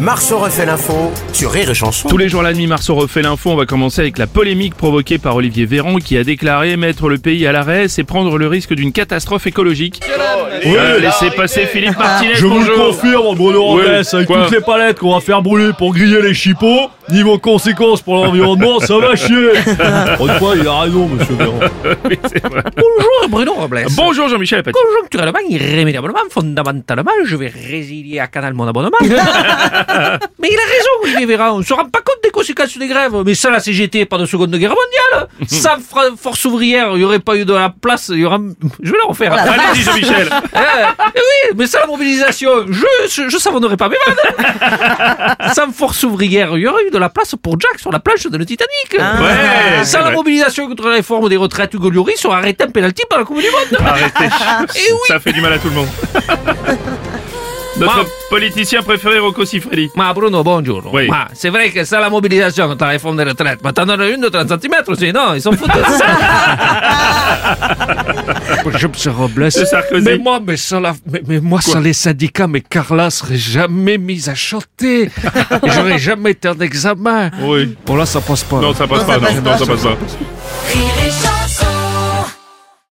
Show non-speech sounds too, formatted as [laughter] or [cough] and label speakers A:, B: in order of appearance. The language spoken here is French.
A: Marceau refait l'info sur Rire et Chanson.
B: Tous les jours à la nuit, Marceau refait l'info. On va commencer avec la polémique provoquée par Olivier Véran qui a déclaré mettre le pays à l'arrêt, c'est prendre le risque d'une catastrophe écologique. Euh, laissez passer Philippe Martinez.
C: Je vous le
B: bonjour.
C: confirme, Bruno
B: Oui,
C: Robles, avec
B: quoi
C: toutes les palettes qu'on va faire brûler pour griller les chipots, niveau conséquences pour l'environnement, ça va chier Pour une fois, il a raison, monsieur Véran.
D: Bonjour Bruno Robles.
B: Bonjour Jean-Michel Apathy.
D: Conjoncturellement, irrémédiablement, fondamentalement, je vais résilier à Canal mon
B: [laughs]
D: abonnement. mais il a raison, Olivier Véran. On se rend pas compte des conséquences des grèves. Mais sans la CGT, pas de seconde guerre
B: [laughs]
D: mondiale. Sans fra- force ouvrière, il n'y aurait pas eu de la place. Il y aura... Je vais le refaire.
B: Allez-y Jean-Michel.
D: Euh, oui, mais sans la mobilisation, je, je, je savonnerai pas mes
B: [laughs]
D: vannes. sans force ouvrière, il y aurait eu de la place pour Jack sur la planche de le Titanic.
B: Ah. Ouais, c'est
D: Sans la
B: vrai.
D: mobilisation contre la réforme des retraites, Hugo Lloris aurait arrêté un pénalty par la Coupe du Monde.
B: Arrêtez. Ça fait du mal à tout le monde. Notre
D: Bon.
B: politicien préféré, Rocco Siffredi.
D: Ma Bruno, bonjour.
B: Oui.
D: Ma, c'est vrai que sans la mobilisation contre la réforme des retraites, mais t'en aurais une de 30 cm aussi, non Ils sont
B: [laughs]
D: foutus de ça. Je me Robles.
B: De Sarkozy.
D: Mais moi, mais sans, la- mais, mais moi sans les syndicats, mais Carla serait jamais mise
B: [laughs]
D: à chanter. Et J'aurais jamais été en examen.
B: Oui.
D: Bon, là, ça passe pas.
B: Non, ça passe pas. Non, non, ça passe
E: Rire
B: pas.
E: et chanson.